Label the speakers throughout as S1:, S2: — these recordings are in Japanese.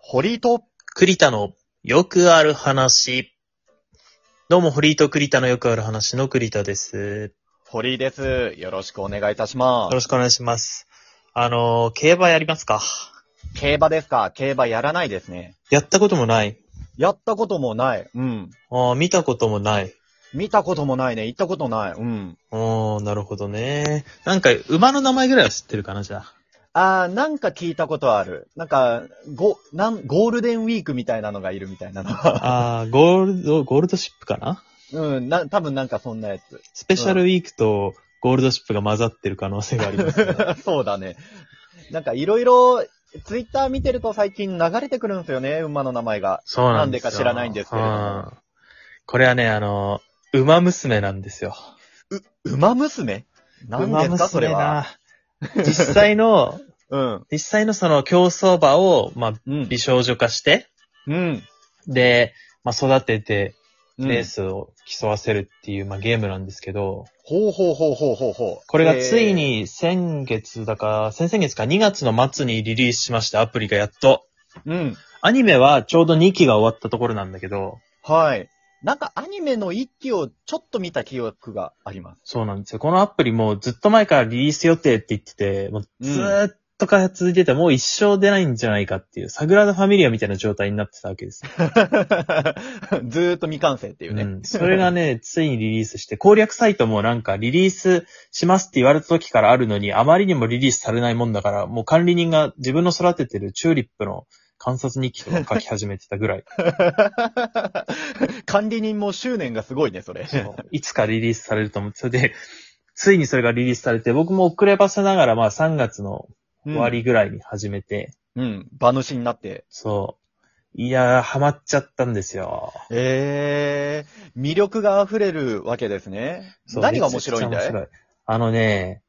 S1: 堀井と、
S2: 栗田のよくある話。どうも、堀井と栗田のよくある話の栗田です。
S1: 堀井です。よろしくお願いいたし
S2: よ
S1: ま
S2: ろしくお願いします。あのー、競馬やりますか
S1: す。競馬ですか競馬やらないですね。
S2: やったこともない。
S1: やったこともない。うん。
S2: あー見たこともない。
S1: 見たこともないね。行ったことない。うん。
S2: おー、なるほどね。なんか、馬の名前ぐらいは知ってるかな、じゃあ。
S1: あー、なんか聞いたことある。なんか、ご、なん、ゴールデンウィークみたいなのがいるみたいなのは。
S2: あー、ゴールド、ゴールドシップかな
S1: うん、な、多分なんかそんなやつ。
S2: スペシャルウィークとゴールドシップが混ざってる可能性がありますね、
S1: そうだね。なんかいろいろ、ツイッター見てると最近流れてくるんですよね。馬の名前が。
S2: そう
S1: なんですよなんでか知らないんですけれども
S2: うんこれはね、あのー、馬娘なんですよ。
S1: 馬娘何ですかそれは。
S2: 馬娘な。実際の、
S1: うん。
S2: 実際のその競走馬を、まあ、
S1: うん。
S2: 美少女化して、
S1: うん。
S2: で、まあ、育てて、
S1: うん
S2: レースを競わせるっていう、まあ、ゲームなんですけど、
S1: ほうほうほうほうほうほう。
S2: これがついに先月だか、先々月か、2月の末にリリースしました、アプリがやっと。
S1: えー。うん。
S2: アニメはちょうど2期が終わったところなんだけど、
S1: はい。なんかアニメの一期をちょっと見た記憶があります。
S2: そうなんですよ。このアプリもうずっと前からリリース予定って言ってて、もうずーっと開発続いてて、もう一生出ないんじゃないかっていう、サグラダ・ファミリアみたいな状態になってたわけですよ。
S1: ずーっと未完成っていうね。
S2: うん。それがね、ついにリリースして、攻略サイトもなんかリリースしますって言われた時からあるのに、あまりにもリリースされないもんだから、もう管理人が自分の育ててるチューリップの観察日記とかを書き始めてたぐ らい。
S1: 管理人も執念がすごいね、それ。
S2: いつかリリースされると思って、それで、ついにそれがリリースされて、僕も遅ればせながら、まあ3月の終わりぐらいに始めて、
S1: うん。うん。馬主になって。
S2: そう。いやー、ハマっちゃったんですよ。
S1: ええー、魅力が溢れるわけですね。
S2: そう
S1: 何が面白いん
S2: め
S1: だ
S2: ちゃくちゃ
S1: い
S2: 面白あのね、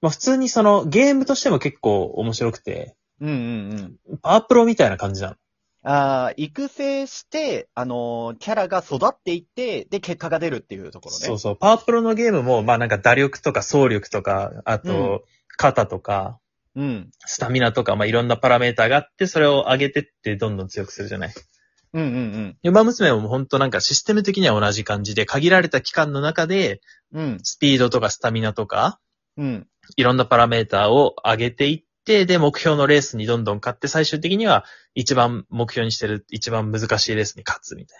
S2: まあ普通にそのゲームとしても結構面白くて、
S1: うんうんうん。
S2: パワープロみたいな感じなの。
S1: ああ、育成して、あのーキャラが育っていって、で、結果が出るっていうところね。
S2: そうそう。パワープロのゲームも、まあなんか打力とか走力とか、あと、肩とか、
S1: うん。
S2: スタミナとか、まあいろんなパラメーターがあって、それを上げてってどんどん強くするじゃない。
S1: うんうん
S2: 馬娘も本当なんかシステム的には同じ感じで、限られた期間の中で、
S1: うん。うん。
S2: スピードとかスタミナとか、
S1: うん。
S2: いろんなパラメーターを上げていって、で、目標のレースにどんどん勝って、最終的には一番目標にしてる、一番難しいレースに勝つみたい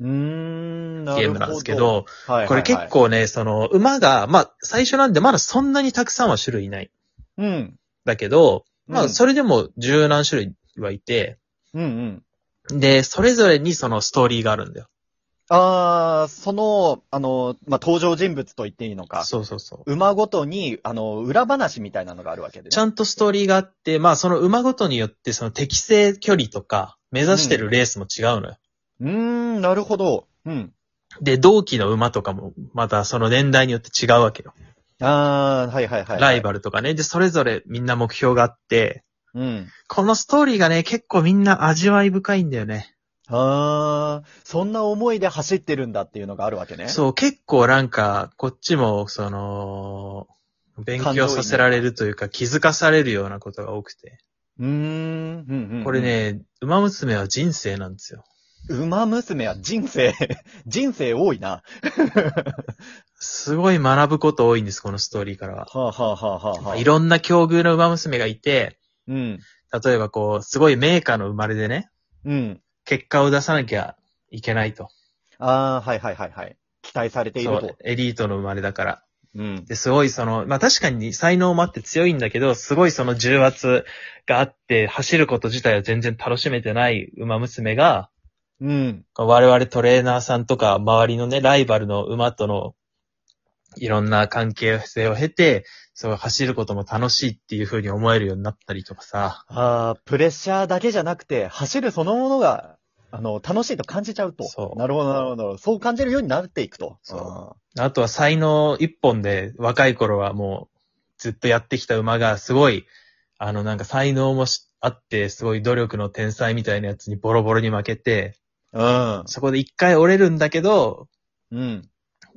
S2: う
S1: ーん、
S2: な
S1: な
S2: ゲ
S1: るほ
S2: ーム
S1: ど。
S2: なんですけど、
S1: はいはいはい、
S2: これ結。構ね、その、馬が、まあ、最初なんでまだそんなにたくさんは種類いない。
S1: うん。
S2: だけど、ま
S1: う
S2: あ、
S1: ん
S2: それでも十何種類はいて、
S1: うんうん。
S2: で、それぞれにそのストーリーがあるんだよ。
S1: あー、その、あの、まあ、登場人物と言っていいのか。
S2: そうそうそう。
S1: 馬ごとに、あの、裏話みたいなのがあるわけで、
S2: ちゃんとストーリーがあって、まあ、その馬ごとによって、その適正距離とか、目指してるレースも違うのよ。
S1: うーん、なるほど。うん。
S2: で、同期の馬とかも、またその年代によって違うわけよ。
S1: あー、はいはいはい、
S2: ライバルとかね。で、それぞれみんな目標があって、
S1: ル。うん。
S2: このストーリーがね、結構みんな味わい深いんだよね。
S1: あー、そんな思いで走ってるんだっていうのがあるわけね。
S2: そう、結構なんか、こっちも、その、勉強させられるというか、気づかされるようなことが多くて。
S1: う。うーん、うん、うんうん。
S2: これ。ね、馬娘は人生なんですよ。
S1: 馬娘は人生、 人生多いな。
S2: すごい学ぶこと多いんです、このストーリーからは。
S1: はあ、はあはあはあ
S2: まあ
S1: はあ、
S2: いろんな境遇の馬娘がいて、
S1: うん。
S2: 例えばこう、すごい名家の生まれでね、
S1: うん。
S2: 結果を出さなきゃいけないと。
S1: ああ、はいはいはいはい。期待されている
S2: そう
S1: と。
S2: エリートの生まれだから。
S1: うん。
S2: で、すごいその、まあ、確かに才能もあって強いんだけど、すごいその重圧があって、走ること自体は全然楽しめてない馬娘が、
S1: うん。
S2: 我々トレーナーさんとか、周りのね、ライバルの馬との、いろんな関係性を経て、そう走ることも楽しいっていう風に思えるようになったりとかさ。
S1: ああ、プレッシャーだけじゃなくて、走るそのものが、あの、楽しいと感じちゃうと。
S2: そう
S1: なるほど、なるほど。そう感じるようになっていくと。
S2: そあとは才能一本で若い頃はもうずっとやってきた馬がすごい、あのなんか才能もしあって、すごい努力の天才みたいなやつにボロボロに負けて、
S1: うん。
S2: そこで一回折れるんだけど、
S1: うん。うん。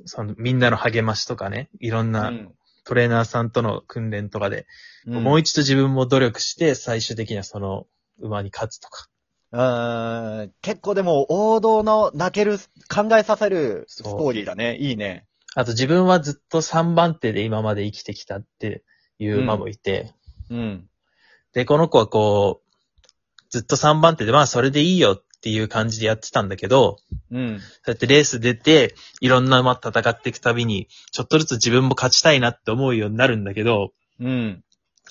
S2: そのみんなの励ましとかね、いろん
S1: う。
S2: なんトレーナーさんとの訓練とかで、
S1: うん
S2: もう一度自分も努力して最終的にはその馬に勝つとか。
S1: うーん、結構でも王道の泣ける、考えさせるス
S2: そう
S1: トーリーだね。いいね。
S2: あと自分はずっと3番手で今まで生きてきたっていう馬もいて、
S1: うん。
S2: で、この子はこう、ずっと3番手で、まあそれでいいよっていう感じでやってたんだけど、
S1: うん。
S2: そうやってレース出て、いろんな馬と戦っていくたびに、ちょっとずつ自分も勝ちたいなって思うようになるんだけど、
S1: うん。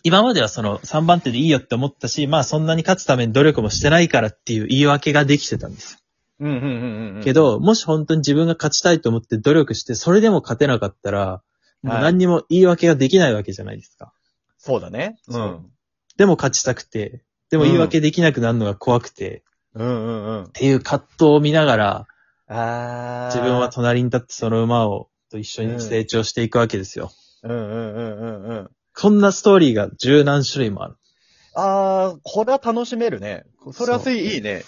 S2: 今まではその3番手でいいよって思ったし、まあそんなに勝つために努力もしてないからっていう言い訳ができてたんですよ。
S1: うん。うん。うん。うん
S2: け、ど、もし本当に自分が勝ちたいと思って努力して、それでも勝てなかったら、もう何にも言い訳ができないわけじゃないですか。
S1: そうだね。うん。
S2: でも勝ちたくて、でも言い訳できなくなるのが怖くて、
S1: うん。うん。うん
S2: っ。ていう葛藤を見ながら、
S1: あー
S2: 自分は隣に立ってその馬を、と一緒に成長していくわけですよ。
S1: うん。うん。うん。うん。うん。
S2: こんなストーリーが十何種類もある。
S1: あー、これは楽しめるね。それはすいいいね。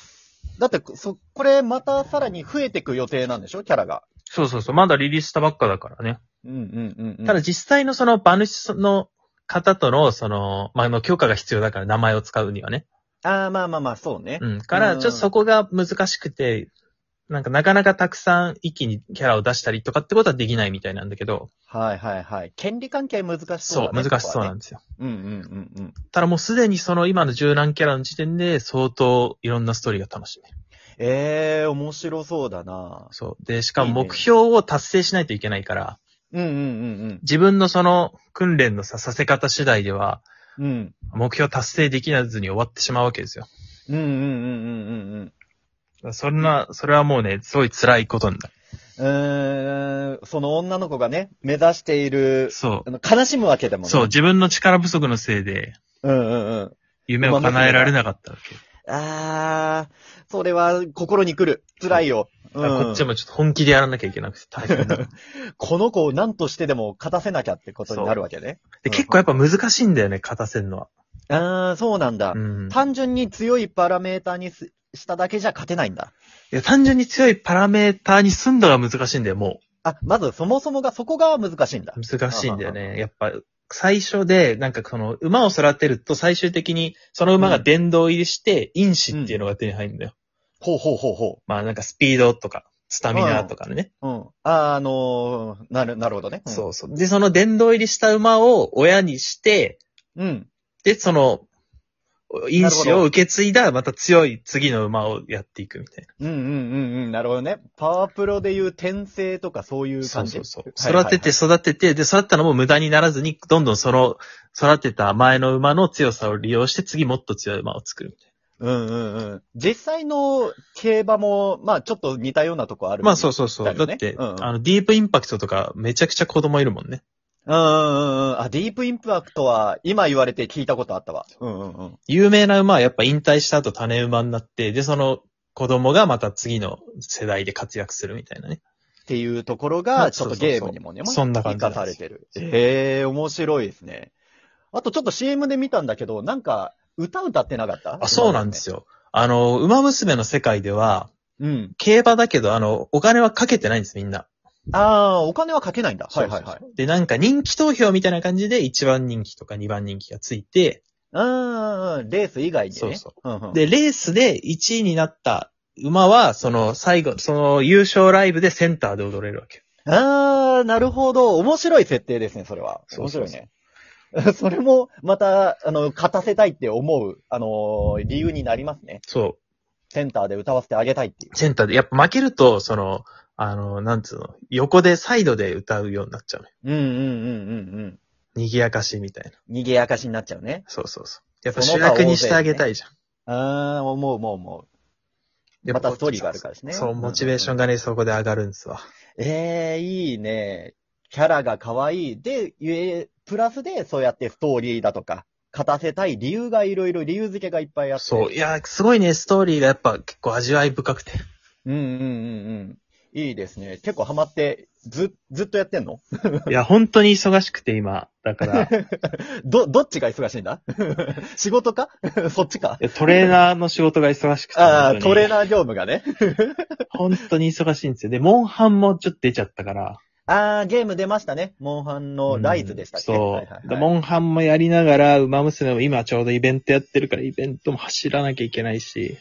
S1: だって、そ、これまたさらに増えてく予定なんでしょキャラが。
S2: そうそうそう。まだリリースしたばっかだからね。
S1: うんうんうん、うん。
S2: ただ、実際のその馬主の方との、その、まあ、あの許可が必要だから名前を使うにはね。
S1: あー、まあまあまあ、そうね。
S2: うん。から、ちょっとそこが難しくて、なんかなかなかたくさん一気にキャラを出したりとかってことはできないみたいなんだけど、
S1: はいはいはい。権利関係難しそう
S2: そ
S1: だ
S2: う、
S1: ね。
S2: 難しそうなん
S1: ん
S2: ですよ。
S1: うんうんうんうん。
S2: ただもうすでにその今の柔軟キャラの時点で相当いろんなストーリーが楽しめる。
S1: ええー、面白そうだな
S2: そう。で、しか
S1: いいね
S2: も目標を達成しないといけないから、
S1: うんうんうん
S2: 自分のその訓練のさ、させ方次第では、
S1: うん。うん。
S2: 目標達成できなずに終わってしまうわけですよ。
S1: うんうんうんうんうんうん。
S2: そんな、それはもうね、すごい辛いことになる。
S1: うーん、その女の子がね、目指している、
S2: そ
S1: あの悲しむわけでも
S2: う。
S1: ね。
S2: そう、。自分の力不足のせいで、
S1: うんうんうん。
S2: 夢を叶えられなかったわけ。
S1: あー、それは心に来る。辛いよ。
S2: だから
S1: う
S2: こ
S1: ん
S2: っちもちょっと本気でやらなきゃいけなくて大変なの
S1: この子を何としてでも勝たせなきゃってことになるわけね。
S2: で、結構やっぱ難しいんだよね、勝たせるのは。
S1: あー、そうなんだ。
S2: うん。
S1: 単純に強いパラメータにすしただけじゃ勝てないんだ。
S2: いや、単純に強いパラメーターにすんだが難しいんだよ、もう。
S1: あ、まずそもそもが、そこが難しいんだ。
S2: 難しいんだよ
S1: あは
S2: ね。やっぱ、最初で、なんかその、馬を育てると最終的に、その馬が殿堂入りして、因子っていうのが手に入るんだよ。
S1: ほうほうほうほ
S2: まあなんかスピードとか、スタミナとかね。
S1: う。うん。あー、あのー、なる、なるほどね。ん
S2: そうそう。で、その殿堂入りした馬を親にして、
S1: うん。
S2: で、その、因
S1: な
S2: 子
S1: るほ
S2: を
S1: ど
S2: 受け継いだ、また強い次の馬をやっていくみたい
S1: うんうんうんうん。なるほどね。パワープロでいう転生とかそういう
S2: な。そ
S1: 感
S2: う
S1: じ。
S2: そうそう。
S1: はいはいは
S2: 育
S1: い
S2: てて育てて、で、育ったのも無駄にならずに、どんどんその、育てた前の馬の強さを利用して、次もっと強い馬を作るみたいな。
S1: うんうんうん。実際の競馬も、まあちょっと似たようなとこある。
S2: まあそうそうそう。
S1: だ
S2: だ
S1: よ
S2: っ
S1: ね
S2: て、
S1: うんうん
S2: あの、ディープインパクトとかめちゃくちゃ子供いるもんね。
S1: うんうんうんうん。あ、ディープインパクトは、今言われて聞いたことあったわ。うんうんうん。
S2: 有名な馬はやっぱ引退した後種馬になって、で、その子供がまた次の世代で活躍するみたいなね。
S1: っていうところ
S2: ま
S1: が、
S2: あ
S1: ちょっと
S2: そうそう
S1: ゲ
S2: そう
S1: ームにもね、
S2: そんな感じ
S1: 生
S2: なん
S1: か
S2: です
S1: されてる。へえ、面白いですね。あとちょっと CM で見たんだけど、なんか、歌歌ってなかった
S2: あ、そうなんですよ。あの、馬娘の世界では、
S1: うん。
S2: 競馬だけど、あの、お金はかけてないんです、みんな。
S1: ああー、お金はかけないんだ。はいはい
S2: そう
S1: は
S2: そ。
S1: いう
S2: そうで、なんか人気投票みたいな感じで1番人気とか2番人気がついて、
S1: うんうん、レース以外にね。
S2: そうそ
S1: うんうん。
S2: で、レースで1位になった馬は、その最後、その優勝ライブでセンターで踊れるわけ。
S1: ああ、なるほど。面白い設定ですね、それは。
S2: そ
S1: 面
S2: う
S1: 白
S2: そう
S1: い
S2: そう
S1: ね。 それも、また、あの、勝たせたいって思う、あのー理由になりますね。
S2: そう。
S1: センターで歌わせてあげたいっていう。
S2: センターで、やっぱ負けると、その、あの、なんつうの、横で、サイドで歌うようになっちゃうね。
S1: うんうんうんうん
S2: 賑やかしみたいな。
S1: うん。賑やかしになっちゃうね。
S2: そうそうそう。やっぱ
S1: そ
S2: 主
S1: の他
S2: 役にしてあげたいじゃん。
S1: ああ、思う思う思う。
S2: や
S1: ま
S2: っぱ
S1: たストーリーがあるからですね。
S2: そう、モチベーション
S1: が。
S2: がね、そこで上がるんですわ。
S1: ええいいね。キャラが可愛い。で、ゆえ、プラスで、そうやってストーリーだとか、勝たせたい理由がいろいろ、理由付けがいっぱいあって。
S2: そう、いや、すごいね、ストーリーがやっぱ結構味わい深くて。
S1: うんうんうんうん。いいですね。結構ハマって、ず、ずっとやってんの
S2: いや、本当に忙しくて今。だ から、
S1: ど、どっちが忙しいんだ 仕事か そっちか
S2: トレーナーの仕事が忙しくて。
S1: ああ、トレー
S2: ー。
S1: ナー業務がね。
S2: 本当に忙しいんですよ。で、モンハンもちょっと出ちゃったから。
S1: あー、ゲーム出ましたね。モンハンのライズでしたっけ、
S2: うんそう、
S1: はいはい
S2: で
S1: はい
S2: モンハンもやりながら、ウマ娘も今ちょうどイベントやってるから、イベントも走らなきゃいけないし。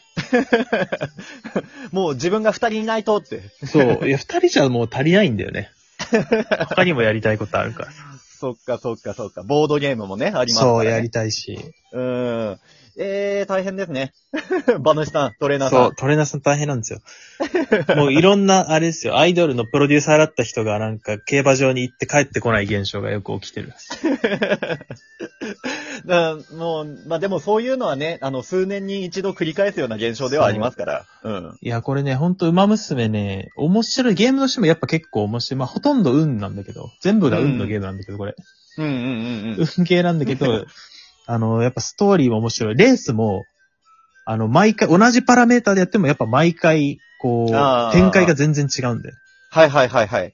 S1: もう自分が二人いないとって。
S2: そう。いや、二人じゃもう足りないんだよ ね。他にもやりたいことあるから。
S1: そっかそっかそっか。ボードゲームもね、ありますから、ね。
S2: そう、やりたいし。
S1: うーん。えー、大変ですね。 馬主さん、トレーナーさん。
S2: そう、トレーナーさん大変なんですよ。もういろんな、あれですよ、アイドルのプロデューサーだった人がなんか競馬場に行って帰ってこない現象がよく起きてる。
S1: だからもう、まあでもそういうのはね、あの、数年に一度繰り返すような現象ではありますから。うん。
S2: いや、これね、ほんと、馬娘ね、面白い、ゲームとしてもやっぱ結構面白い。まあ、ほとんど運なんだけど、全部が運のゲームなんだけど、これ。
S1: うんうんうんうん。
S2: 運ゲーなんだけど、 あの、やっぱストーリーも面白い。レースも、あの、毎回、同じパラメーターでやっても、やっぱ毎回、こ
S1: あー
S2: う、展開が全然違うんだよ。
S1: はいはいはいはい。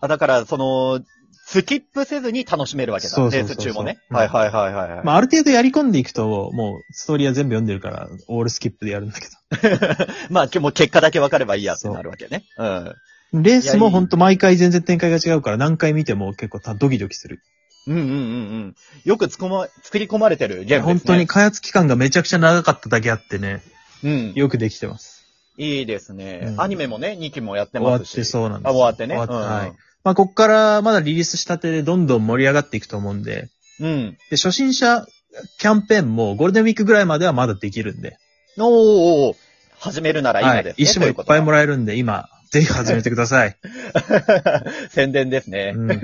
S1: あ、だから、その、スキップせずに楽しめるわけだ。
S2: そうそうそう
S1: レース中もね。
S2: うん
S1: はいはいはいはいはい。
S2: まあ、ある程度やり込んでいくと、もう、ストーリーは全部読んでるから、オールスキップでやるんだけど。
S1: まあ、今日も結果だけ分かればいいやってなるわけね。うん。
S2: レース
S1: いやい
S2: も
S1: い
S2: ほんと毎回全然展開が違うから何回見ても結構たドキドキする。
S1: うんうんうんうん。よくつこま、作り込まれてるゲームですね。
S2: 本当に。開発期間がめちゃくちゃ長かっただけあってね、
S1: うん。
S2: よくできてます。
S1: いいですね、
S2: うん
S1: アニメもね、2期もやって
S2: 終わ
S1: ま
S2: っ
S1: すし。
S2: てそうなんです
S1: あ、
S2: よ。
S1: 終わってね。
S2: 終わってはい
S1: うん。
S2: まあ、こっからまだリリースしたてでどんどん盛り上がっていくと思うんで、
S1: うん。
S2: で、初心者キャンペーンもゴールデンウィークぐらいまではまだできるんで、
S1: おーおーおー始めるなら今です、ね。
S2: 石もいっぱいもらえるんで、今、ぜひ始めてください。
S1: ら 宣伝です ね。
S2: うん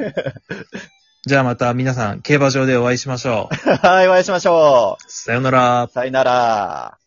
S2: じゃあまた皆さん、競馬場でお会いしましょう。
S1: はい、お会いしましょ
S2: さよなら
S1: う。。さよなら。